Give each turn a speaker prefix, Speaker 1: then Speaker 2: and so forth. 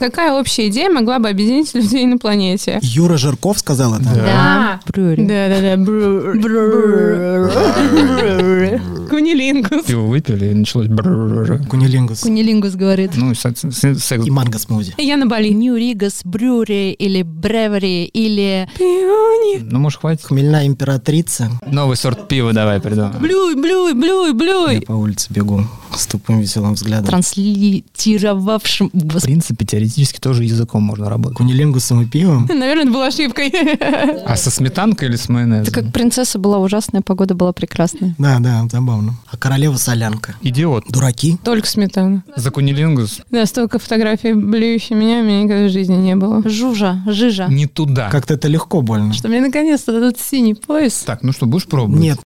Speaker 1: Какая общая идея могла бы объединить людей на планете?
Speaker 2: Юра Жирков сказал это.
Speaker 1: Да.
Speaker 3: Брюри.
Speaker 1: Да-да-да. бррр, бррр. Кунилингус.
Speaker 4: Пиво выпили, и началось брррррр.
Speaker 2: Кунилингус
Speaker 3: Кунилингус говорит.
Speaker 4: Ну, и секс. секс- секс.
Speaker 2: и манго смузи.
Speaker 1: Я на Бали.
Speaker 3: Нью-Ригас, Брюри или Бревери или...
Speaker 4: Ну, может, хватит.
Speaker 2: Хмельная императрица.
Speaker 4: Новый сорт пива давай придумаем.
Speaker 1: Блюй, блюй, блюй,
Speaker 2: Я
Speaker 1: блюй.
Speaker 2: по улице бегу с тупым веселым взглядом.
Speaker 3: Транслитировавшим...
Speaker 4: В принципе, теоретически тоже языком можно работать.
Speaker 2: Кунилингусом и пивом.
Speaker 1: Наверное, это была ошибкой.
Speaker 4: А со сметанкой или с майонезом?
Speaker 3: Это как принцесса была ужасная, погода была прекрасная.
Speaker 2: Да, да, забавно. А королева солянка.
Speaker 4: Идиот.
Speaker 2: Дураки.
Speaker 1: Только сметана.
Speaker 4: За кунилингус
Speaker 1: Да, столько фотографий блюющей меня у меня никогда в жизни не было.
Speaker 3: Жужа, жижа.
Speaker 4: не туда.
Speaker 2: Как-то это легко больно.
Speaker 1: Что мне наконец-то дадут синий пояс.
Speaker 4: Так, ну что, будешь пробовать?
Speaker 2: Нет,